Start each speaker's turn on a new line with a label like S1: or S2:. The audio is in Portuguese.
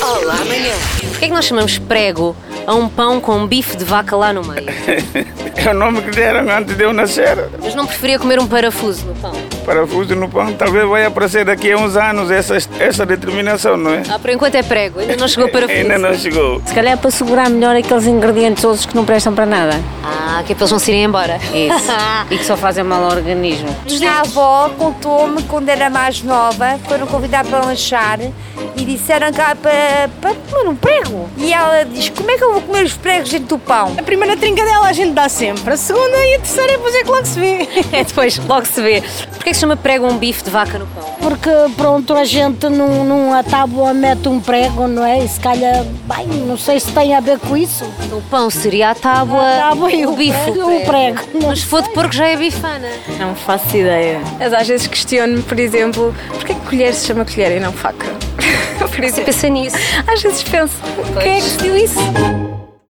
S1: Olá, amanhã.
S2: Porquê é que nós chamamos prego a um pão com um bife de vaca lá no meio?
S3: É o nome que deram antes de eu nascer.
S2: Mas não preferia comer um parafuso no pão?
S3: Parafuso no pão, talvez vai aparecer daqui a uns anos essa, essa determinação, não é?
S2: Ah, por enquanto é prego, ainda não chegou parafuso.
S3: Ainda não chegou.
S4: Se calhar é para segurar melhor aqueles ingredientes outros que não prestam para nada.
S2: Ah, que é para eles não se irem embora.
S4: Isso. e que só fazem mal ao organismo.
S5: Minha avó contou-me quando era mais nova, foram convidar para lanchar e disseram que era para, para comer um prego. E ela diz: Como é que eu vou comer os pregos dentro do pão?
S6: A primeira trincadela a gente dá sempre, a segunda e a terceira depois é que logo se vê.
S2: É depois, logo se vê. Porquê é que se chama prego a um bife de vaca no pão?
S7: Porque pronto, a gente num, numa tábua mete um prego, não é? E se calhar, bem, não sei se tem a ver com isso.
S2: Então, o pão seria a tábua,
S7: A tábua e o
S2: Ah, bife.
S7: prego, o prego.
S2: Mas se for de porco já é bifana.
S4: Não faço ideia.
S6: Mas às vezes questiono-me, por exemplo, porquê que colher se chama colher e não faca? por
S2: Você
S6: exemplo,
S2: pensa nisso.
S6: às vezes penso, quem é que se deu isso?